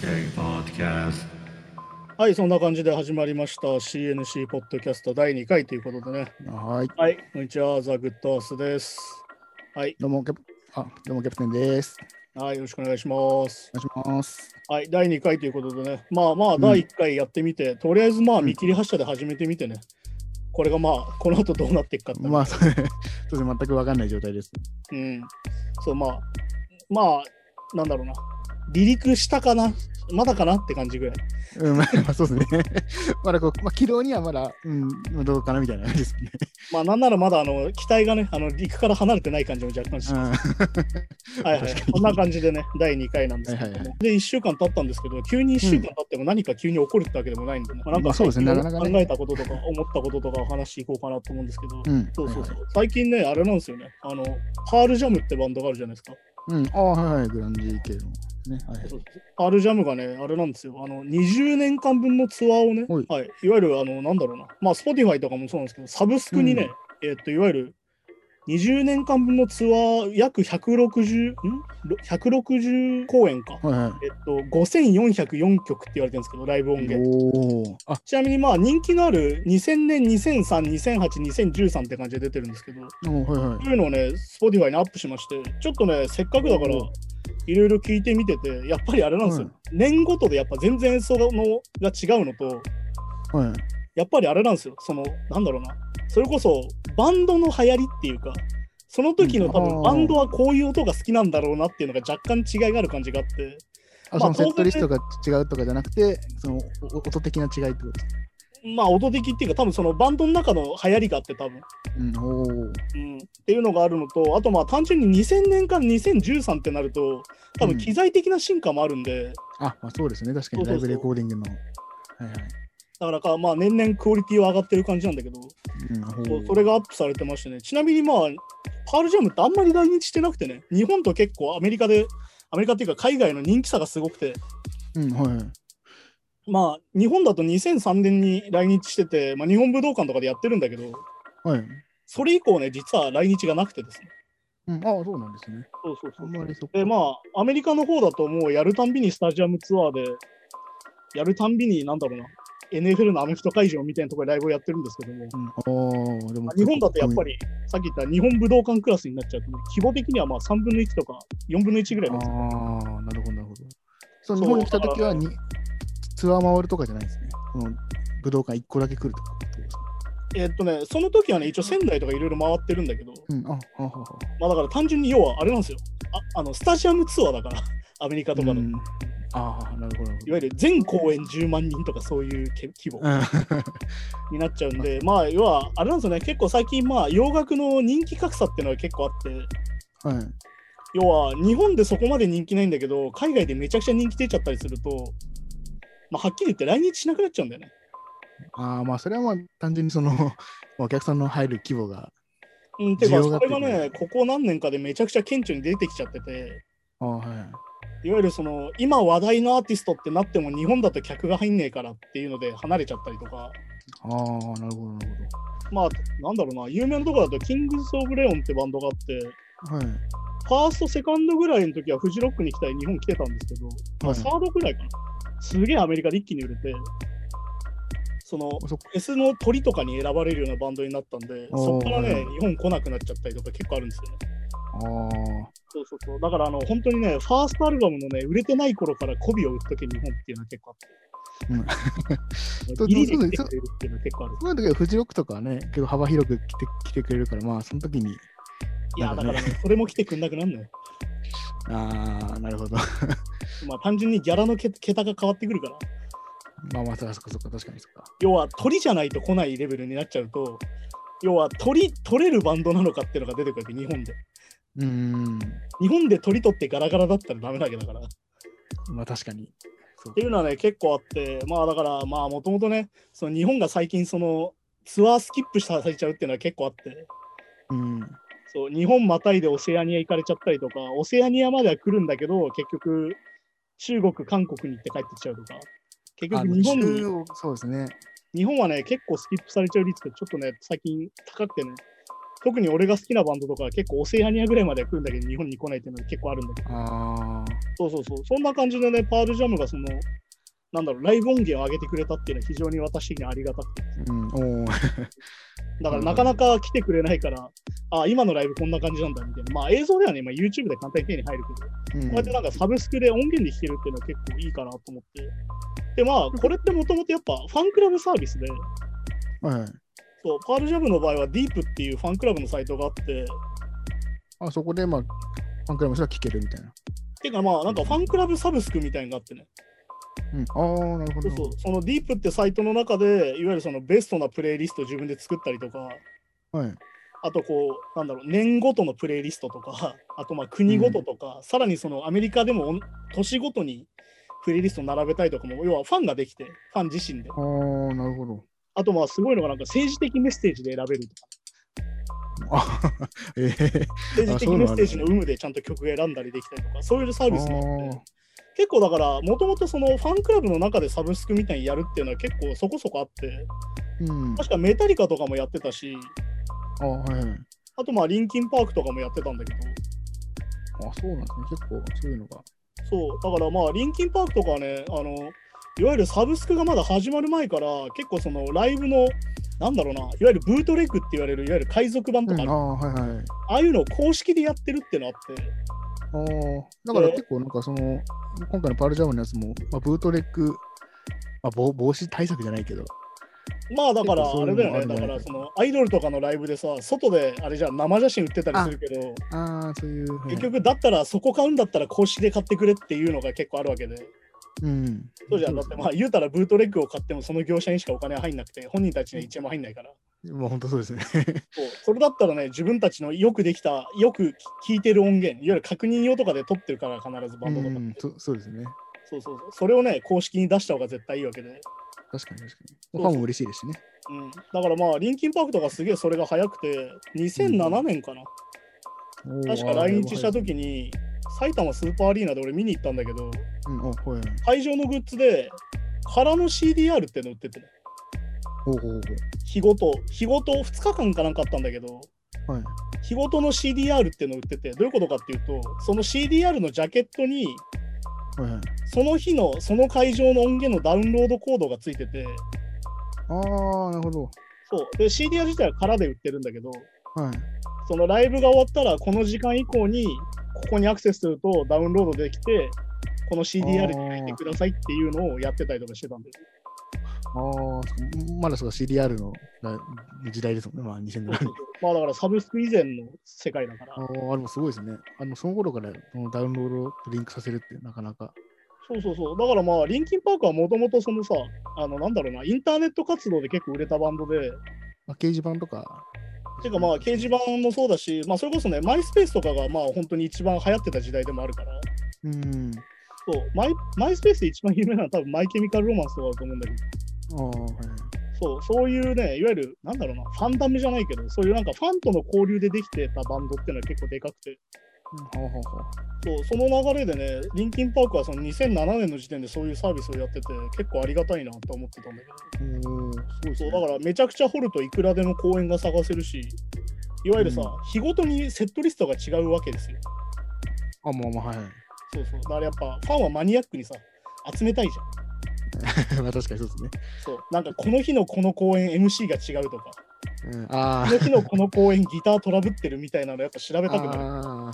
Sharing Podcast. はい、そんな感じで始まりました CNC ポッドキャスト第2回ということでね。はい、はい、こんにちは、ザ・グッドアースです。はい、どうもキャプ、あ、どうもキャプテンです。はい、よろしくお願いします。お願いします。はい、第2回ということでね、まあまあ、ん第1回やってみて、とりあえずまあ、うん見切り発車で始めてみてね、これがまあ、この後どうなっていくかって、まあ、そうですね、そうですね全くわかんない状態です。うん、そう、まあ、まあ、なんだろうな、離陸したかな、まだかなって感じぐらい。うん、まあ、まあそうですね。 まだこう、まあ、軌道にはまだ、うん、どうかなみたいな感じ ですね。まあ、なんならまだあの機体がね、あの陸から離れてない感じも若干しうん、はいはい確か、にこんな感じでね、第2回なんですけども、はいはいで、1週間経ったんですけど、急に1週間経っても何か急に起こるってわけでもないんでね、まあなんまかあそう最です近考ねなかなかねえたこととか、思ったこととかお話していこうかなと思うんですけど、うん、そうそうはいそはう、最近ね、あれなんですよね、あの、パールジャムってバンドがあるじゃないですか。いうん、ああ、はいはい、グランジ系の。ね、はいはいそうそうパールジャムがね、あれなんですよ、あの、20年間分のツアーをね、おいはい、いわゆる、あの、なんだろうな、まあ、Spotify とかもそうなんですけど、サブスクにね、えーっと、いわゆる、20年間分のツアー約160、ん ?160 公演か。はいはえっと、5404曲って言われてるんですけど、ライブ音い。源。おお、あ、ちなみにまあ人気のある2000年、2003、2008、2013って感じで出てるんですけど、おーはいはいそういうのをね、Spotify にアップしまして、ちょっとね、せっかくだからおー、いろいろ聞いてみてて、やっぱりあれなんですよ。年ごとでやっぱ全然演奏のが違うのと、はい。やっぱりあれなんですよ。その、なんだろうな。それこそ、バンドの流行りっていうか、その時の多う分んバンドはこういう音が好きなんだろうなっていうのが若干違いがある感じがあって、あ、まそあのセットリストが違うとかじゃなくて、そのおお音的な違いってことですか。まあ音的っていうか多分そのバンドの中の流行りがあって多分、うん、おお。うん、っていうのがあるのとあとまあ単純に2000年から2013ってなると多分機材的な進化もあるんで、だあ、まあ、そうですね、確かにそうラそうイそうブレコーディングの。はいはい。からかまあ年々クオリティは上がってる感じなんだけどうん、ほうそうそれがアップされてましてねちなみにまあパールジャムってあんまり来日してなくてね日本と結構アメリカでアメリカっていうか海外の人気差がすごくてうん、はいはい。まあ日本だと2003年に来日してて、まあ、日本武道館とかでやってるんだけどはい。それ以降ね実は来日がなくてですねうん、ああ、そうなんですね。そうそうあんまりそこ。でまあアメリカの方だともうやるたんびにスタジアムツアーでやるたんびになんだろうな NFL のアメフト会場みたいなところでライブをやってるんですけども、うん、ああ、でもまあ。日本だとやっぱりさっき言った日本武道館クラスになっちゃうと、規模的にはまあ3分の1とか4分の1ぐらいあなんですよあ、なるほど、なるほど。そそうの日本に来た時だからはに、ツアー回るとかじゃないんですね。その武道館一個だけ来るとかってことですか。えーっとねその時はね一応仙台とかいろいろ回ってるんだけど、うん、あ、あ、はは。まあ、だから単純に要はあれなんですよああのスタジアムツアーだからアメリカとかの、ういんああ、なるほど、なるほど。わゆる全公演10万人とかそういうけ規模、になっちゃうんで、まあ、要は、あれなんですよね、結構最近、まあ、洋楽の人気格差っていうのは結構あって、うん、はい。要は、日本でそこまで人気ないんだけど、海外でめちゃくちゃ人気出ちゃったりすると、まあ、はっきり言って来日しなくなっちゃうんだよね。ああ、まあ、それはまあ、単純にその、 お客さんの入る規模が。うん、てか、需要そがれがね出、てここ何年かでめちゃくちゃ顕著に出てきちゃってて、ああ、はい。いわゆるその、今話題のアーティストってなっても、日本だと客が入んねえからっていうので離れちゃったりとか、ああ、なるほど、なるまあ、なんだろうな、有名なところだと、キングス・オブ・レオンってバンドがあって、ほど。はい。ファースト、セカンドぐらいの時はフジロックに来たり日本来てたんですけど、まあはいサードぐらいかな。すげえアメリカで一気に売れて、その、そっか S の鳥とかに選ばれるようなバンドになったんで、そおーこからね、はい日本来なくなっちゃったりとか結構あるんですよね。ああ。そうそうそう。だから、あの、本当にね、ファーストアルバムのね、売れてない頃から媚びを売っとけ日本っていうのは結構あって。うんギリで来てくれるっていうのは結構ある。今の時はフジロックとかはね、結構幅広く来て来てくれるから、まあその時に。いや、だかならんね、それも来てくんなくなるのよ。ああ、なるほど。まあ、単純にギャラのけ桁が変わってくるから。 まあまあ、そっかそっかそっか、確かにそっか。要は鳥じゃないと来ないレベルになっちゃうと要は鳥取れるバンドなのかっていうのが出てくるわけ日本でうーん。日本で鳥取ってガラガラだったらダメなわけだからっまあ確かに。そうていうのはね結構あってまあだからまあもともとねその日本が最近そのツアースキップさせちゃうっていうのは結構あってうん。そう日本またいでオセアニア行かれちゃったりとかオセアニアまでは来るんだけど結局中国韓国に行って帰ってきちゃうとか結あ局の日本に中央そうですね。日本はね、結構スキップされちゃう率がちょっとね、最近高くてね、特に俺が好きなバンドとかは結構オセアニアぐらいまで来るんだけど、日本に来ないっていうのが結構あるんだけど、あそうそうそう、そんな感じでね、パールジャムがその、なんだろう、ライブ音源を上げてくれたっていうのは非常に私的にありがたくて。ーうん、おーだからなかなか来てくれないから、あ、今のライブこんな感じなんだみたいな。まあ映像ではね、今 YouTube で簡単に手に入るけど、うんこうやってなんかサブスクで音源で聴けるっていうのは結構いいかなと思って。で、まあ、これってもともとやっぱファンクラブサービスで、はい。そう、パールジャムの場合は Deep っていうファンクラブのサイトがあって、あそこで、まあ、ファンクラブが聞けるみたいな。てかまあ、なんかファンクラブサブスクみたいなのがあってね。うん、ああ、なるほそど。うそう、その Deep ってサイトの中で、いわゆるそのベストなプレイリストを自分で作ったりとか、はい。あとこう、なんだろう、年ごとのプレイリストとか、 あとまあ国ごととか、さらにそのアメリカでもおん年ごとにプレイリスト並べたりとかも、要はファンができて、ファン自身で。ああ、なるほど。あとまあすごいのがなんか政治的メッセージで選べるとか、あ ええ政治的メッセージの有無でちゃんと曲選んだりできたりとか、そういうサービスもあってあ。結構だから、もともとそのファンクラブの中でサブスクみたいにやるっていうのは結構そこそこあって、うん。確かメタリカとかもやってたし、あはいはい。あとまあリンキンパークとかもやってたんだけど、あそうなんですね。結構、そういうのが。そう、だからまあ、リンキンパークとかはね、あの、いわゆるサブスクがまだ始まる前から、結構そのライブの、なんだろうな、いわゆるブートレックって言われる、いわゆる海賊版とうん、かあある、ああ、はいはい。あいうのを公式でやってるっていうのあって、ああ、だから結構、なんかその、今回のパールジャムのやつも、まあ、ブートレック、まあ、防防止対策じゃないけど、まあだから、結構あそういれうだのもよね、あるねだからそのアイドルとかのライブでさ、外であれじゃん生写真売ってたりするけど、ああ、そういう。はい結局、だったらそこ買うんだったら公式で買ってくれっていうのが結構あるわけで、うん。そうじゃん、だってまあ言うたらブートレックを買ってもその業者にしかお金は入んなくて、本人たちには1円も入んないから。まあ、本当そうですね。そうそれだったらね、自分たちのよくできた、よく聞いてる音源、いわゆる確認用とかで撮ってるから、必ずバうンドとかって、 ん、そそうですね。そうそうそう。それをね、公式に出した方が絶対いいわけで。確かに確かそうに。ファンも嬉しいですしね。うん、だからまあ、リンキンパークとかすげえそれが早くて、2007年かな。確か来日したとき時に、埼玉スーパーアリーナで俺見に行ったんだけど、うん、おはいはい。会場のグッズで、空の CDR っていうの売ってて、ね、おうおう日ごと、日ごと2日間かなんかあったんだけど、おうはい。日ごとの CDR っていうのを売ってて、どういうことかっていうと、その CDR のジャケットに、はいはい。その日のその会場の音源のダウンロードコードがついてて、ああ、なるほど。そうで CDR 自体は空で売ってるんだけど、はい。そのライブが終わったら、この時間以降にここにアクセスするとダウンロードできて、この CDR に書いてくださいっていうのをやってたりとかしてたんで、ああ、そうまだそうか CDR のな時代ですもんね、まあ2007そうそう。年 そうまあだからサブスク以前の世界だからあ、あ、でもすごいですね。あの、その頃からこのダウンロードとリンクさせるってなかなか。そうそうそう、だからまあ、リンキンパークはもともとそのさ、あのなんだろうな、インターネット活動で結構売れたバンドで、まあ、掲示板とか。てかまあ、掲示板もそうだし、まあ、それこそね、マイスペースとかがまあ本当に一番流行ってた時代でもあるから。うん。そうマイ、マイスペースで一番有名なのは多分マイケミカルロマンスとかだと思うんだけど、ああ、はい。そう、そういうね、いわゆる、なんだろうな、ファンダムじゃないけど、そういうなんかファンとの交流でできてたバンドっていうのは結構でかくて、うんはあはあはそう、その流れでね、リンキンパークはその2007年の時点でそういうサービスをやってて、結構ありがたいなと思ってたんだけど、あ。おお、すごいですそう、ね。だからめちゃくちゃ掘るといくらでも公演が探せるし、いわゆるさ、う日ごとにセットリストが違うわけですよ。あ、まあまあ、はい。 そうそう、だからやっぱファンはマニアックにさ、集めたいじゃん。まあ確かにそうですね。そう、なんかこの日のこの公演 MC が違うとか。うん、ああこ。の日のこの公演ギタートラブってるみたいなのやっぱ調べたくなる。あ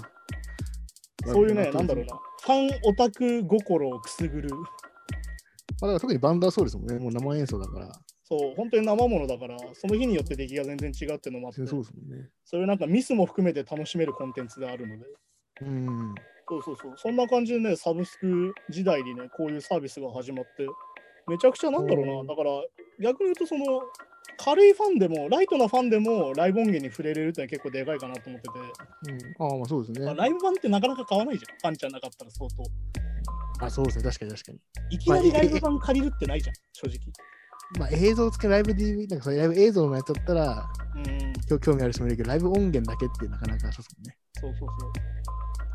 ーそういうね、なんだろうな。。ファンオタク心をくすぐる。まあ、だから特にバンドはそうですもんね。もう生演奏だから。そう、本当に生ものだから、その日によって出来が全然違うっていうのもあって、そうですもんね。そういうなんかミスも含めて楽しめるコンテンツであるので、うん。そうそうそう、そんな感じでね、サブスク時代にね、こういうサービスが始まって、めちゃくちゃなんだろううんな、だから逆に言うと、その、軽いファンでも、ライトなファンでも、ライブ音源に触れれるってのは結構でかいかなと思ってて、ああ、まあそうですまあね。ライブ版ってなかなか買わないじゃん、ファンじゃなかったら相当。あそうですね。確かに確かに。いきなりライブ版借りるってないじゃん、正直。まあ映像付け、ライブ DV、なんかそのライブ映像のやつだったら、うん、興興味ある人もいるけど、ライブ音源だけってなかなかそうですもんね。そうそうそう。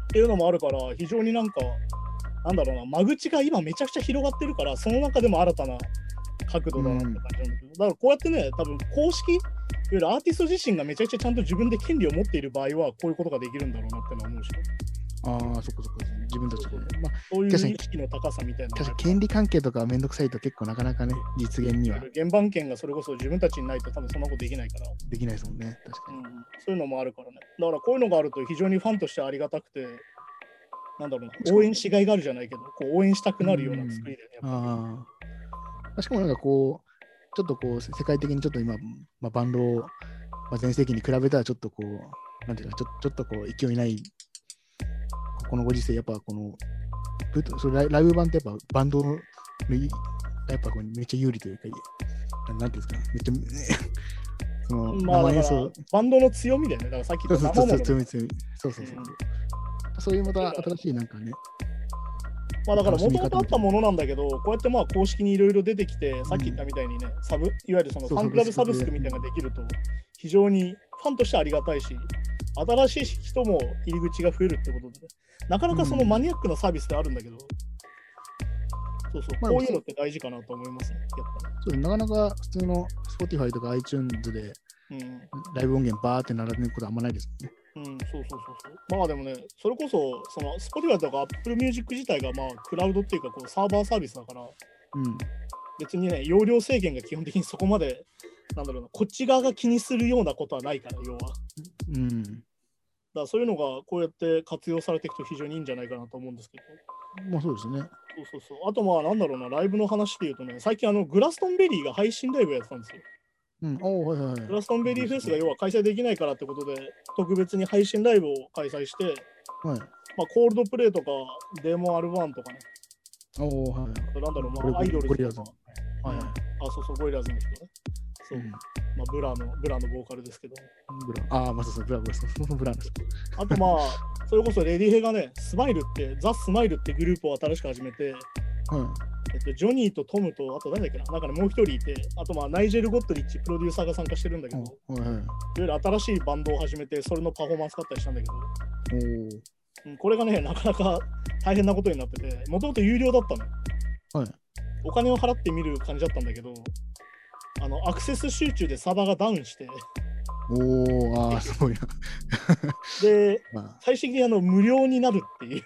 っていうのもあるから、非常になんか、なんだろうな、間口が今めちゃくちゃ広がってるから、その中でも新たな角度だなって感じなんだけど、だからこうやってね、多分公式、ゆるアーティスト自身がめちゃくちゃちゃんと自分で権利を持っている場合は、こういうことができるんだろうなってのは思うし、ああ、そっかそっか。自分たちで、ね。まあ、そういう確かに意識の高さみたいなのが確やっかにぱ。権利関係とかはめんどくさいと結構なかなかね、実現には原版権がそれこそ自分たちにないと多分そんなことできないから、できないですもんね。確かに。そういうのもあるからね。だからこういうのがあると非常にファンとしてありがたくて、なんだろうな、応援しがいがあるじゃないけど、こう応援したくなるような作りだよね。やっぱああ。しかもなんかこう、ちょっとこう、世界的にちょっと今、まあ、バンドを、まあ、前世紀に比べたらちょっとこう、なんていうか、ちょちょっとこう、勢いない、このご時世、やっぱこの、ブートそれライライブ版ってやっぱバンドの、いやっぱこうめっちゃ有利というか、いななんていうんですか、めっちゃ、 その、まあだ生演から奏、バンドの強みだよね。だからさっきそ言うっそうたそ生う、もの強い強い。そうそうそう。そういうまた新しいなんかね、まあだから楽元しみ方々あったものなんだけど、こうやってまあ公式にいろいろ出てきて、さっき言ったみたいにね、サブいわゆるそのフそうァンクラブササブブススククでみたいなのができると、非常にファンとしてありがたいし、新しい人も入り口が増えるってことで、なかなかそのうんマニアックなサービスであるんだけど、そうそまあう、こういうのって大事かなと思いますね、やっぱそうなかなか普通の Spotify とか iTunes で、り。うんライブ音源バーって並んでることあんまないですもんね。うん、そうそうそうそう。まあでもね、それこそ、その Spotify とか Apple Music 自体がまあクラウドっていうかこうサーバーサービスだから、うん。別にね、容量制限が基本的にそこまで、なんだろうな、こっち側が気にするようなことはないから、要は。だかうん。らそういうのがこうやって活用されていくと非常にいいんじゃないかなと思うんですけど。まあそうですね。そうそうそう。あとまあなんだろうな、ライブの話で言うとね、最近あのグラストンベリーが配信ライブやってたんですよ。うん。おおはいはいグはい。ラストンベリーフェスが要は開催できないからってことで、特別に配信ライブを開催して、はい。まあコールドプレイとか、デーモンアルワンとかね、おおはいはい。あとなんだろう、ゴリまあアイドルゴリラズとズか、はいはい。あ、そうそう、ゴリラズの人ね。そうう、んまあブラの、ブラのボーカルですけど。ブラああ、まあそうそう、ブラブラ、そうそうそうブラです。あとまあ、それこそレディヘがね、スマイルって、ザ・スマイルってグループを新しく始めて、はえっと、ジョニーとトムと、あと誰だっけな、なんかね、もう一人いて、あとまあ、ナイジェル・ゴットリッチ、プロデューサーが参加してるんだい。けど、いわおはいはい。ゆる新しいバンドを始めて、それのパフォーマンスだったりしたんだけど、おーうん、これがね、なかなか 大変なことになってて、もともと有料だったのよ。はいお金を払って見る感じだったんだけど、あの、アクセス集中でサーバーがダウンして、おおああ、 すごいな。で、まあ、最終的にあの、無料になるっていう。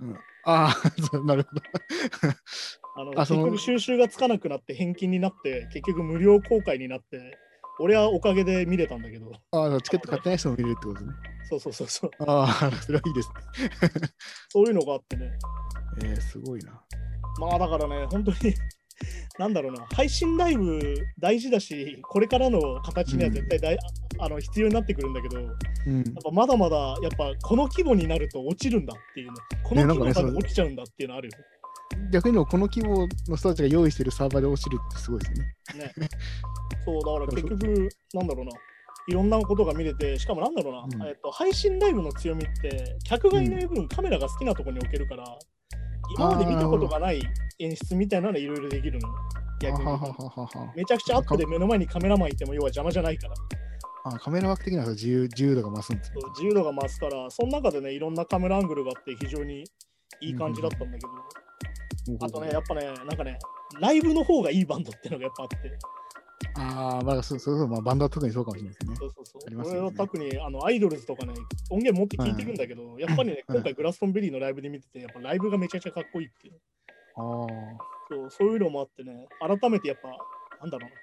うん。ああ、そうなるほど。あのあそ結の局収集がつかなくなって返金になって結局無料公開になって俺はおかげで見れたんだけどああ、チケット買ってない人も見れるってことね。そうそうそうそうああ、それはいいですね。そういうのがあってねえー、すごいな。まあだからね本当に なんだろうな配信ライブ大事だしこれからの形には絶対大、あの必要になってくるんだけどやっうん。ぱまだまだやっぱこの規模になると落ちるんだっていうねこのねなん規か模ね多分そう落ちちゃうんだっていうのあるよね逆にでもこの規模の人たちが用意してるサーバーで落ちるってすごいですよね。ねそうだから結局なんだろうないろんなことが見れてしかもなんだろうな、うんえっと、配信ライブの強みって客がいない分、カメラが好きなところに置けるから今まで見たことがない演出みたいなのいろいろできるの逆にはははははは。めちゃくちゃアップで目の前にカメラマンいても要は邪魔じゃないからあカメラ枠的には自由自由度が増すんですそよう自由度が増すからその中でねいろんなカメラアングルがあって非常にいい感じだったんだけど、あとねやっぱねなんかねライブの方がいいバンドっていうのがやっぱあってああ、まあ、そうそうそう、まあ、バンドは特にそうかもしれないですね。そうそうそう。ありますよね俺は特にあのアイドルズとかね、音源持って聞いてるんだけど、やっぱりね、はい今回グラストンベリーのライブで見てて、やっぱライブがめちゃくちゃかっこいいっていう。ああそうそういうのもあってね、改めてやっぱ、なんだろうな。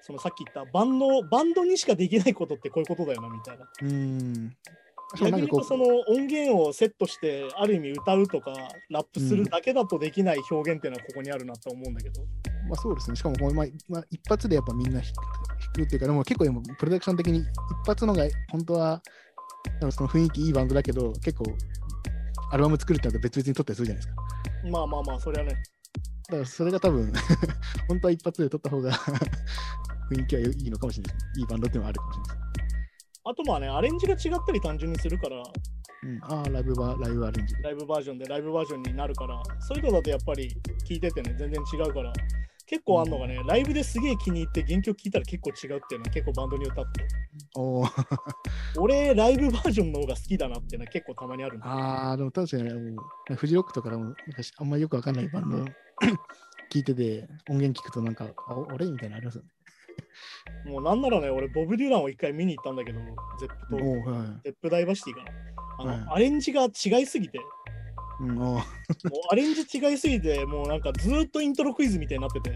そのさっき言ったバンド、バンドにしかできないことってこういうことだよなみたいな。ー。うーん。しか逆もなんに言かこうう、とその音源をセットして、ある意味歌うとか、ラップするだけだとできない表現っていうのはここにあるなと思うんだけど。まあそうですね。しかもこう、まあ、まあ、一発でやっぱみんな弾く弾くっていうか、でも結構でもプロダクション的に一発のが本当は、なんかその雰囲気いいバンドだけど、結構、アルバム作るってなると別々に撮ったりするじゃないですか。まあまあまあ、それはね、だからそれが多分、 本当は一発で撮った方が 雰囲気はいいのかもしれないですね。いいバンドっていうのはあるかもしれないあとまあね、アレンジが違ったり単純にするから、です。うん。ああ、ライブは、ライブアレンジ。ライブバージョンでライブバージョンになるから、そういうのだとやっぱり聞いててね、全然違うから、結構あんのがね、ライブですげえ気に入って原曲聞いたら結構違うっていうのは結構バンドに歌って、おお。俺、ライブバージョンの方が好きだなっていうのは結構たまにあるんだああ、でも確かにもう、フジロックとかでも、なんかあんまよくわ かんないバンド聞いてて、音源聞くとなんか、あ、お俺みたいなのありますよね。もうなんならね、俺、ボブ・デュランを一回見に行ったんだけど、ゼップと、もう、はゼップダイバーシティかな。あの、はいアレンジが違いすぎて、い。うん、おうもうアレンジ違いすぎて、もうなんかずーっとイントロクイズみたいになってて、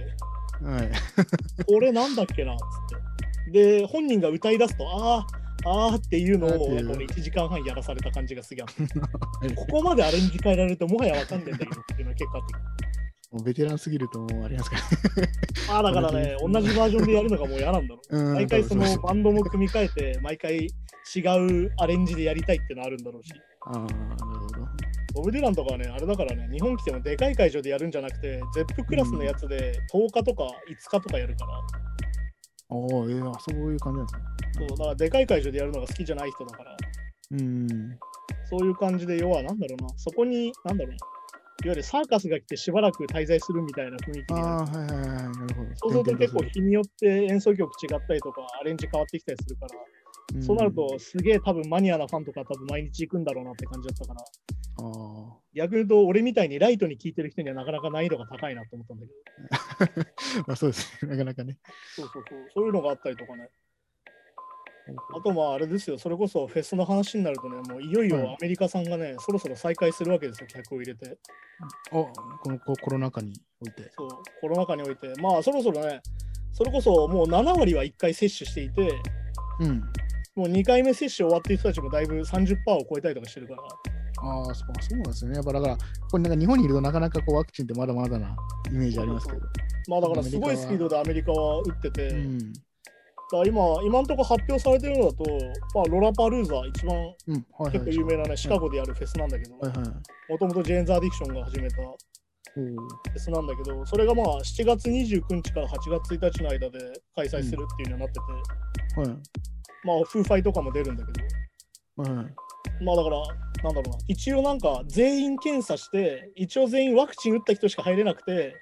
はい。 これなんだっけなっつって。で、本人が歌い出すと、ああ、ああっていうのを、なんか俺1時間半やらされた感じがすげえあって ここまでアレンジ変えられると、もはやわかんないんだけどっていうのが結構あって。もうベテランすぎると、もうあれ なんですかね。ああ、だからね、同じバージョンでやるのがもう嫌なんだろう。うん毎回そ多分のうバンドも組み替えて、毎回違うアレンジでやりたいってのあるんだろうし。ああ、なるほど。ボブ・ディランとかはね、あれだからね、日本来てもでかい会場でやるんじゃなくて、ゼップクラスのやつで10日とか5日とかやるから、おお、えー、あそういう感じなんですね。そうだからでかい会場でやるのが好きじゃない人だから、うん。そういう感じで、要はなんだろうな、そこに、なんだろうな、いわゆるサーカスが来てしばらく滞在するみたいな雰囲気あになる。あ、はいはいはいはい。なるほど。そうすると結構日転によって演奏曲違ったりとか、アレンジ変わってきたりするから、々そうなると、、すげえ多分マニアなファンとか多分毎日行くんだろうなって感じだったから、うんあ逆に言うと、俺みたいにライトに聴いてる人にはなかなか難易度が高いなと思ったんだけど、あ。まあそうで すね。なかなかね。そうそうそう、そういうのがあったりとかね。あとまああれですよ、それこそフェスの話になるとね、もういよいはいよアメリカさんがね、そろそろ再開するわけですよ、客を入れて。あこのココロナ禍において。そう、コロナ禍において、まあそろそろね、それこそもう7割は1回接種していて、うん。もう2回目接種終わってる人たちもだいぶ30%を超えたりとかしてるから、ああ、そうそうなんですね。やっぱだから、これなんか日本にいるとなかなかこうワクチンってまだまだなイメージありますけど。まあだからすごいスピードでアメリカは打ってて、うん。だから今、今のところ発表されてるのだと、まあ、ロラパルーザ、一番うん。はい結は構い。有名なね、シカゴでやるフェスなんだけど、はいもはい。ともとジェーンズ・アディクションが始めたフおーェスなんだけど、それがまあ7月29日から8月1日の間で開催するっていうのになってて、はいまあ、フーファイとかも出るんだけど、はいはい。まあだから、なんだろうな、一応なんか全員検査して、一応全員ワクチン打った人しか入れなくて、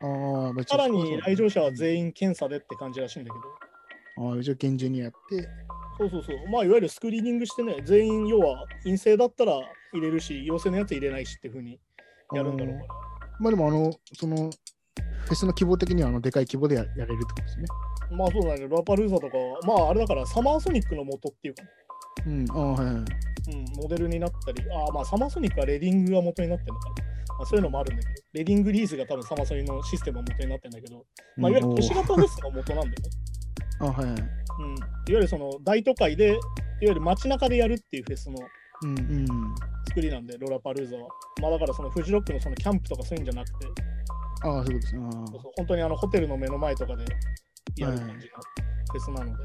ああ、まあさらに来場者は全員。員検査でって感じらしいんだけど。ああ、一応厳重にやって。そうそうそう、まあ、いわゆるスクリーニングしてね、全員要は陰性だったら入れるし、陽性のやつ入れないしっていうふうにやるんだろうあかのら。まあでも、あの、その、フェスの規模的には、あの、でかい規模でややれるってことですね。まあそうだね、ラパルーザとかは、まああれだからサマーソニックの元っていうか、うん、ああ、はいはい。うん、モデルになったり、ああまあサマーソニックはレディングが元になってるのかな。まあ、そういうのもあるんだけど、レディングリースが多分サマソニのシステムの元になってるんだけど、まあ、いわゆる都市型フェスの元なんだよね。あはいはい。うん、いわゆるその大都会で、いわゆる街中でやるっていうフェスのうんうん。作りなんで、ロラパルーザは。まあだからそのフジロックのそのキャンプとかそういうんじゃなくて、ああ、そういうことですね。そうそう本当にあのホテルの目の前とかでやる感じのフェスなので、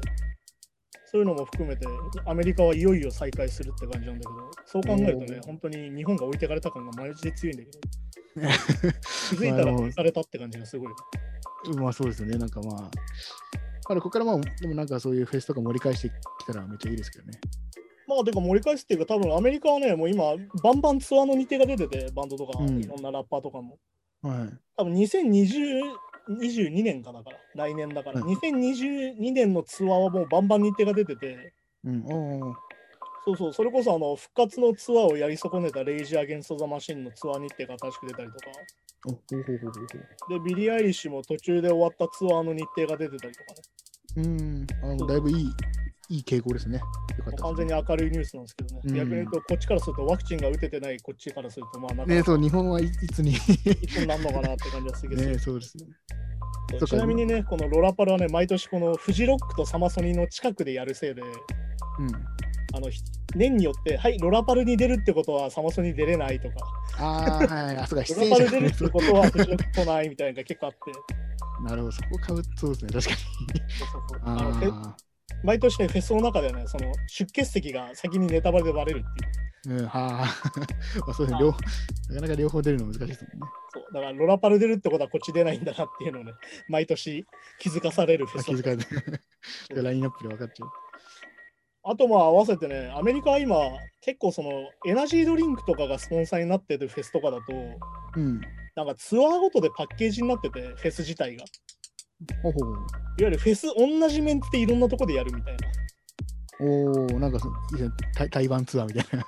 そういうのも含めて、アメリカはいよいよ再開するって感じなんだけど、そう考えるとおねー、本当に日本が置いてかれた感が毎日で強いんだ けど、気気づいたら消されたって感じがすごい。まあそうですよね、なんかまあ。あれここからまあ、でもなんかそういうフェスとか盛り返してきたらめっちゃいいですけどね。まあ、てか盛り返すっていうか、多分アメリカはね、もう今、バンバンツアーの日程が出てて、バンドとか、うんいろんなラッパーとかも。はい。多分2020 22年かだから、来年だから、うん2022年のツアーはもうバンバン日程が出てて、うん、おーそうそう、それこそあの復活のツアーをやり損ねたレイジ・アゲンスト・ザ・マシンのツアー日程が新しく出たりとか、お、ほうほうほうほうほで、ビリー・アイリッシュも途中で終わったツアーの日程が出てたりとかね、う。うん、あのだいぶいい、いい傾向ですね。よもかっうた完全でに明るいニュースなんですけどね、うん逆に言うと、こっちからするとワクチンが打ててないこっちからすると、まあ、なんすか、ね。ねそう、日本はいいつに。いつになるのかなって感じがするけど、ねそうですね。そうそっかちなみにね、このロラパルはね、毎年このフジロックとサマソニの近くでやるせいで、うん。あのひ年によって、はい、ロラパルに出るってことはサマソニ出れないとか、ああ、はい、あ、そうか、ロ出ラパ演ル者出がるねっ。てことはフジロック来ないみたいなのが結構あって、なるほど、そこかぶそうですね、確かに。そうそう そうあのフェあ毎年ね、フェスの中ではね、その出欠席が先にネタバレでバレるっていう。あ、うん、はあ。 まあそうですね、両方、なかなか両方出るの難しいですもんね。そうだからロラパル出るってことはこっち出ないんだなっていうのをね、毎年気づかされるフあェス気だづかれて。だから ラインナップで分かっちゃう。あとまあ合わせてね、アメリカは今結構そのエナジードリンクとかがスポンサーになってるフェスとかだと、うん。なんかツアーごとでパッケージになってて、フェス自体が。いほうほうほう。わゆるフェス同じメンツでいろんなとこでやるみたいな。おおなんかそ以前台台湾ツアーみたいな。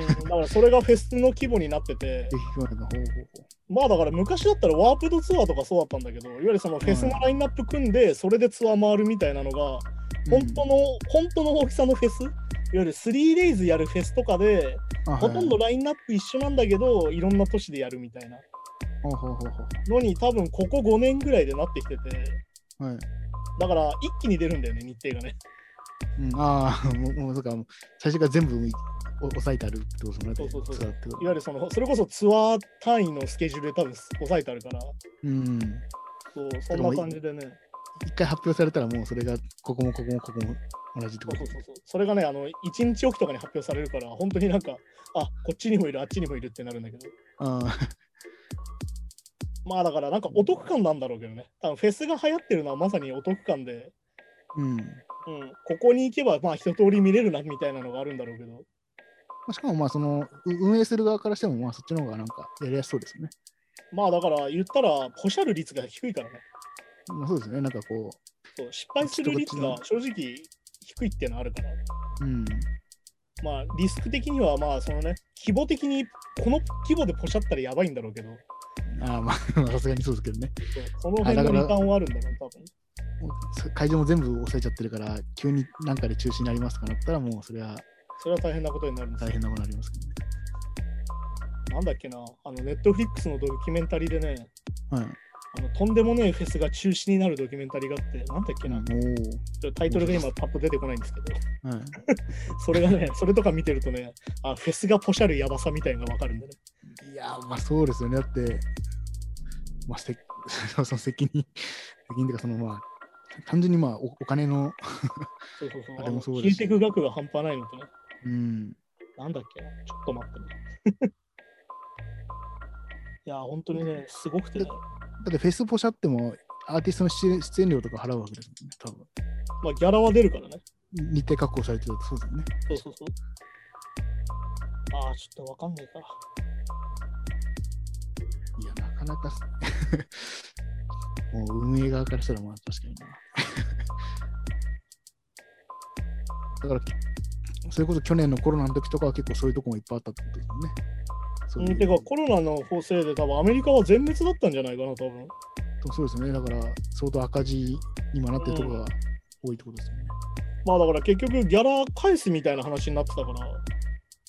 うんだからそれがフェスの規模になってて、ぜひ来ましたほうほうほまあだから昔だったらワープドツアーとかそうだったんだけど、いわゆるそのフェスのラインナップ組んで、それでツアー回るみたいなのが、う本当の、本当の大きさのフェスいわゆる 3days やるフェスとかで、うんあほとんどラはいインナップ一緒なんだけど、いろんな都市でやるみたいなほうほうほうほのに、多分ここ5年ぐらいでなってきてて、うはい。だから一気に出るんだよね、日程がね。うん、ああ、もう、もう、そうか、もう最初から全部お押さえてあるってことですもんね。そうそうそうツアーってこといわゆるその、それこそツアー単位のスケジュールで多分抑えてあるから、うん。そうそんな感じでね。一回発表されたら、もうそれが、ここもここもここも同じってそこうとそうそうそうそれがねあの1日おきとかに発表されるから本当になんかあこっちにもいるあっちにもいるってなるんだけどああ、まあだからなんかお得感なんだろうけどね多分フェスが流行ってるのはまさにお得感で、うん。まうん、ここに行けばまあ一通り見れるなみたいなのがあるんだろうけどあしかも、まあ、その、う運営する側からしても、まあ、そっちの方がなんか、やりやすそうですよね。まあだから言ったらポシャる率が低いからねまあ、そうですよね。なんかこそう失敗する率が正直低いっていうのはあるからう、うん。まあリスク的にはまあそのね規模的にこの規模でポシャったらやばいんだろうけどああ、まあ、さすがにそうですけどね。そうその辺のリターンはあるんだろう多分もう会場も全部押さえちゃってるから、急になんかで中止になりますとかなったら、もう、それはそれは大変なことになるんですよ大変なものありますけどね。なんだっけな、あのネットフリックスのドキュメンタリーでね、はい。あのとんでもねえフェスが中止になるドキュメンタリーがあって、なんだっけな、ちょおっとタイトルが今パッと出てこないんですけど、 お。はい。それがね、それとか見てるとね、あフェスがポシャるやばさみたいなのがわかるんでね。いやー、まあそうですよね。だって、まあ、せ その責任、責任というか、そのまあ、単純にまあお、お金の、そうそうそう。あでもそうあので消えてすねく額が半端ないのとね、うん、なんだっけな、ちょっと待ってね。 いや、本当にね、すごくてね、だってフェスポシャっても、アーティストの出演出演料とか払うわけですもんね、多分。まあ、ギャラは出るからね。日程確保されてるとそうだよね。そうそうそう。ああ、ちょっとわかんないか。いや、なかなか、 もう運営側からしたら、まあ確かにな。 だからき、それこそ去年のコロナの時とかは結構そういうとこもいっぱいあったってことですもんね。そうう、いうんてかコロナの法制で多分アメリカは全滅だったんじゃないかな多分そうですね、だから相当赤字にもなってるところが多いってことですよね。まあだから結局ギャラ返すみたいな話になってたから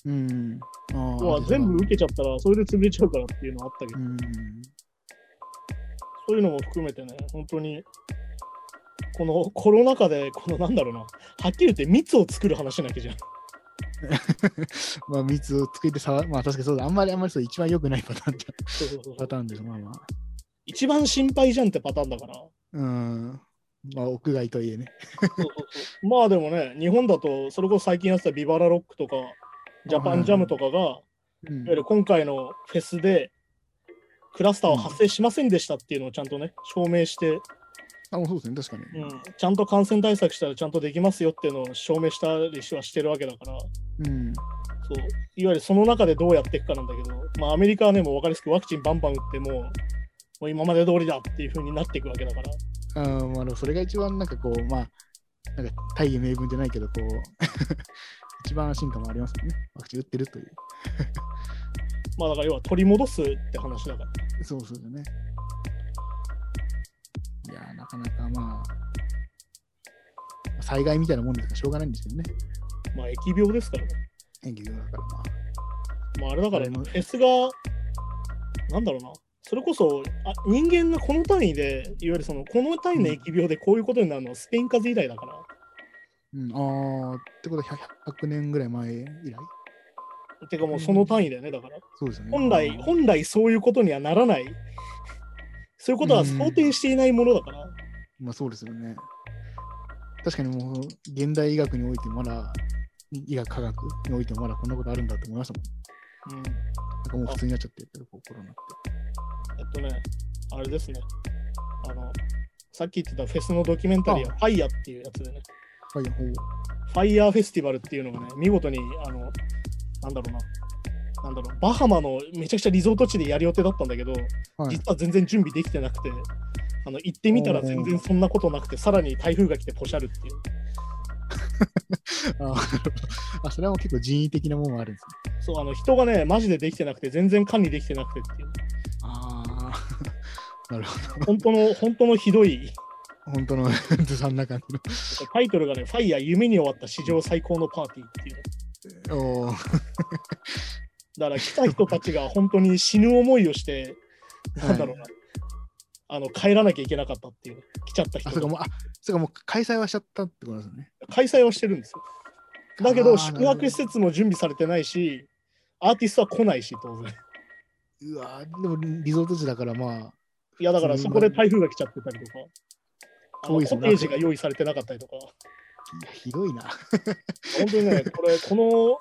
うん。あ要は全部受けちゃったらそれで潰れちゃうからっていうのはあったけど、うん。そういうのも含めてね本当にこの コロナ禍でこのなんだろうなはっきり言って密を作る話なきゃじゃんまあ、密を作ってさ、まあ確かにそうだ、あんまりあんまりそう一番良くないパターンじゃそうそうそうそパうターンです、まあまあ。一番心配じゃんってパターンだからうん。まあ、屋外とはいえね。そうそうそうまあでもね日本だとそれこそ最近やってたビバラロックとかジャパンジャムとかが、うんいわゆる今回のフェスでクラスターは発生しませんでしたっていうのをちゃんとね、証明して、あ、もうそうですね、確かに。ちゃんと感染対策したらちゃんとできますよっていうのを証明したりはしてるわけだから、うん。そういわゆるその中でどうやっていくかなんだけど、まあ、アメリカはね、もう分かりやすくワクチンバンバン打ってもう、もう今まで通りだっていう風になっていくわけだから、あーまあ、でもそれが一番なんかこう、まあ、なんか大義名分じゃないけど、こう、 一番安心感もありますもんね。ワクチン打ってるという。まあだから要は取り戻すって話だから、そうそうだね。いやー、なかなかまあ、災害みたいなもんですからしょうがないんですけどね。まあ疫病ですからね。演技だからまあ。まああれだから、あれフもェスが、なんだろうな、それこそあ人間がこの単位で、いわゆるそのこの単位の疫病でこういうことになるのはスペイン風邪以来だから、うん、あーってことは 100, 100年ぐらい前以来てかもうその単位だよね、だから。そうですよね。本来、まあ本来そういうことにはならない、そういうことは想定していないものだから、まあそうですよね。確かにもう、現代医学においてまだ、医学科学においてもまだこんなことあるんだと思いましたうもん。んなんかもう普通になっちゃってるけど、こうコロナって。えっとね、あれですね、あの、さっき言ってたフェスのドキュメンタリーは、ファイヤーっていうやつでね、はい、ほう。ファイヤーフェスティバルっていうのがね、見事に、あの、なんだろうな、なんだろう、バハマのめちゃくちゃリゾート地でやる予定だったんだけど、はい実、は全然準備できてなくて、あの行ってみたら全然そんなことなくて、さらに台風が来てポシャるっていう。ああそれはもう結構人為的なものもあるんですね。そう、あの人がね、マジでできてなくて、全然管理できてなくてっていう、ああ、なるほ本当の、 本当のひどい、ど。本当のずさんな感じタイトルがね、ファイヤー夢に終わった史上最高のパーティーっていう。の。おーだから来た人たちが本当に死ぬ思いをして、はいなんだろうな、あの帰らなきゃいけなかったっていう、来ちゃったあ、人そうか、がもう、あ、そうか、もう開催はしちゃったってことですよね。開催はしてるんですよ。だけあど、ー宿泊施設も準備されてないし、アーティストは来ないし、当然。うわーでもリゾート地だからまいや、だからうんそこで台風が来ちゃってたりとか、あの遠コいでテすねージが用意されてなかったりとか、あ、ひどいな。本当に ね、これ、この、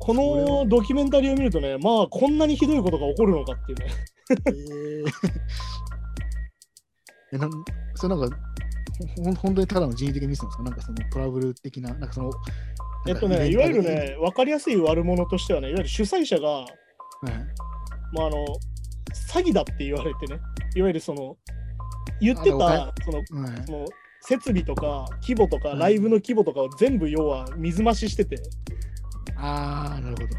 このドキュメンタリーを見るとね、まあ、こんなにひどいことが起こるのかっていうね。 えー えなんそれなんかほほん本当にただの人為的ミスなんですかなんかそのトラブル的な、なんかその。えっとなんかね、イいベわンゆトる的ね、分かりやすい悪者としてはね、いわゆる主催者が、な、はいまあ、あの詐欺だって言われてね、いわゆるその、言ってあでもたそのはいその設備とか規模とかうんライブの規模とかを全部要は水増ししてて、ああ、なるほど。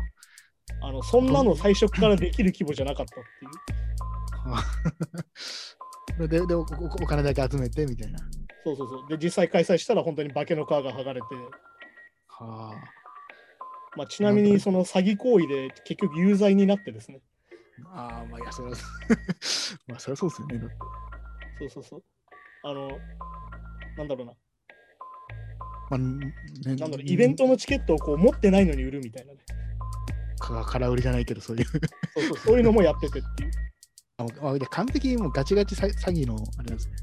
あのそんなの最初からできる規模じゃなかったっていう。それででおおお金だけ集めてみたいな。そうそうそう。で、実際開催したら本当に化けの皮が剥がれて、はまあ、ちなみにその詐欺行為で結局有罪になってですね。あ。ああ、まあいや、それは、 まあそれはそうですよね。だってそうそうそう。あの、なんだろうな。まあ、ね、なんだろう、イベントのチケットをこう持ってないのに売るみたいなね。か空売りじゃないけど、そう いう。そうそう、そういうのもやっててっていう。あもうあいや完璧にもうガチガチ詐詐欺のあれなんですね。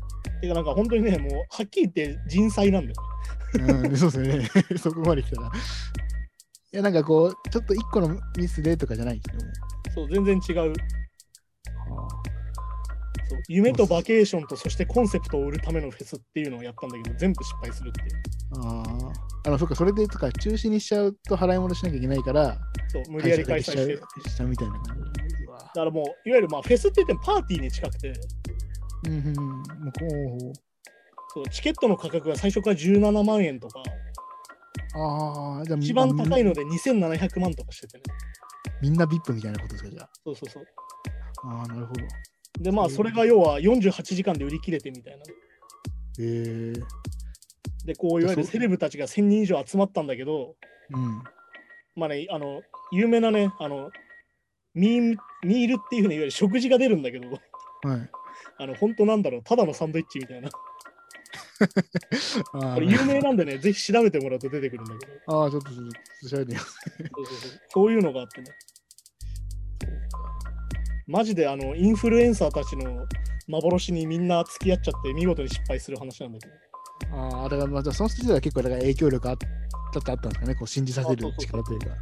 てかなんか本当にね、もうはっきり言って人災なんだよ。うん、そうですよね。 そこまで来たら。いや、なんかこう、ちょっと一個のミスでとかじゃないんですね。そう、全然違う。もそう夢とバケーションとそしてコンセプトを売るためのフェスっていうのをやったんだけど全部失敗するっていううああ。あの、そっか、それでとか、中止にしちゃうと払い戻しなきゃいけないから、そう無理やり開催ししちゃてうるだしちゃうみたいな感じ。うわからもういわゆるまあフェスって言ってもパーティーに近くてうんうんうん。もうこそうチケットの価格が最初から17万円とかう、ああ、じゃあ一番高い。いので2700万とかしててねみんな VIP みたいなことですか、じゃそうそうそうあ。ああ、なるほど。でまあそれが要は48時間で売り切れてみたいなええでこういわゆるセレブたちが1000人以上集まったんだけどうん。まあねあの有名なねあのミーミールっていうふうにいわゆる食事が出るんだけどはい。あの本当なんだろうただのサンドイッチみたいなああこれ有名なんでね、ぜひ調べてもらうと出てくるんだけど、ああ、ちょっと、ちょっと、調べてみよそうそうそうそういうのがあってね、マジであのインフルエンサーたちの幻にみんな付き合っちゃって、見事に失敗する話なんだけど、うああ、だから、まあ、じゃあその人自体は結構、だから影響力あったってあったんですかね、こう、信じさせる力というか。だか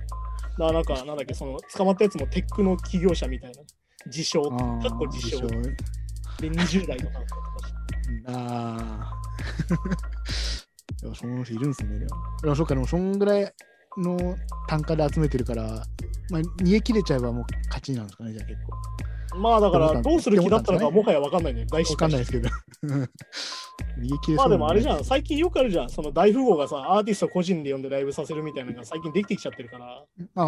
らなんか、なんだっけ、その捕まったやつもテックの起業者みたいな、自称、あーかっこ自称自称で20代の男とか、あ あ。でもその人いるんですね。でも、でもそっか、でもそんぐらいの単価で集めてるから、まあ、逃げ切れちゃえばもう勝ちなんですかね、じゃあ結構。まあだかって思ったら、んどうする気だったのってか、思もはや分かんないんだよ、大失わか敗んないしですけど。 逃げ切れまそあうでなもあれじゃん、最近よくあるじゃん、その大富豪がさ、アーティスト個人で呼んでライブさせるみたいなのが最近できてきちゃってるから。あ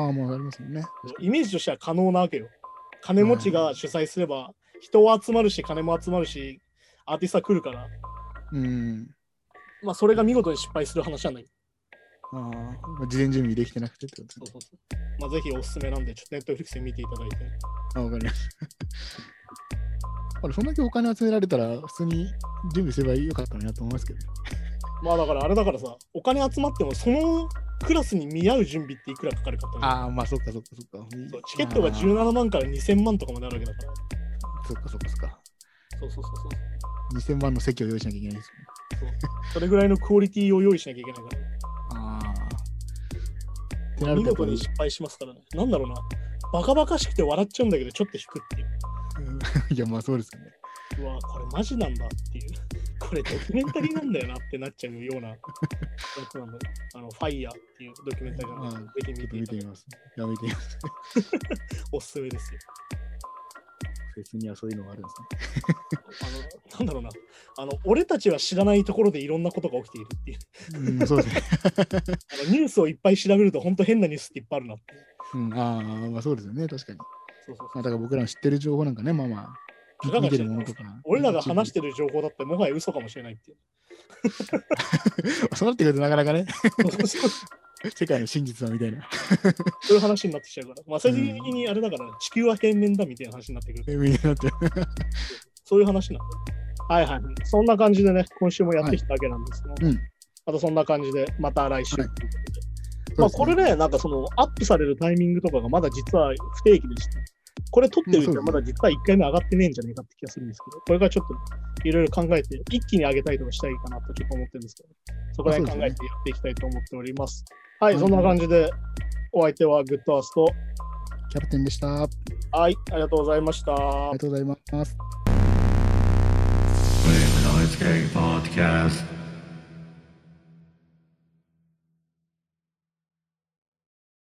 あ、もうありますよね。イメージとしては可能なわけよ。金持ちが主催すれば、人は集まるし、金も集まるし、アーティストは来るから、うん。まあ、それが見事に失敗する話なんだけああ、まあ事前準備できてなくてってことど、まあ、ぜひおすすめなんで、ちょっとネットフリックスで見ていただいて。あ、わかりました。あれ、そんだけお金集められたら、普通に準備すればよかったのになと思いますけどね。まあだからあれだからさ、お金集まっても、そのクラスに見合う準備っていくらかかるかと思うああ、まあ、そっかそっかそっか。そうチケットが17万から2000万とかもなるわけだから。そっかそっかそっか。そうそうそうそう。 2000万の席を用意しなきゃいけないですそれぐらいのクオリティを用意しなきゃいけないから。もんね。ああ。ってまなある見とやっぱ事りに失敗しますからね。なんだろうな。バカバカしくて笑っちゃうんだけど、ちょっと引くっていう。うんいや、まあそうですよね。うわこれマジなんだっていう これドキュメンタリーなんだよなってなっちゃうようなや つなんだよあのファイヤーっていうドキュメンタリーなのでまあぜひちょ見っとてい見たてだみきます。いや、見てみます。おすすめですよフェスにはそういうのがあるんですね。あの、なんだろうな。あの、俺たちは知らないところでいろんなことが起きているっていう。うん、そうですね。あのニュースをいっぱい調べると、本当変なニュースっていっぱいあるなって。うん、ああ、まあそうですよね、確かに。まそうそうあ、だから僕らの知ってる情報なんかね、まあまたあ、かが見て知れるてもまのすとか。。から俺らが話してる情報だって、もはや嘘かもしれないっていう。 る。そうなってくるとなかなかね、 そうそうそう世界の真実はみたいな。 そういう話になってきちゃうから。まあ、最終的にあれだから、地球は平面だみたいな話になってくる。えみんなだって。そういう話なんだ。はいはい。そんな感じでね、今週もやってきたわけなんですけど、うんあとそんな感じで、また来週というはいことで。まあ、これね、なんかその、アップされるタイミングとかがまだ実は不定期でして、これ撮ってる人はまだ実は1回目上がってねえんじゃねえかって気がするんですけど、これからちょっといろいろ考えて、一気に上げたいとかしたいかなとちょっと思ってるんですけど、そこら辺考えてやっていきたいと思っております。はい、はいそんな感じで、お相手はグッドアースト。キャプテンでした。ありはい、ありがとうございましたが。とうございます。 Wave Noise Gang Podcast.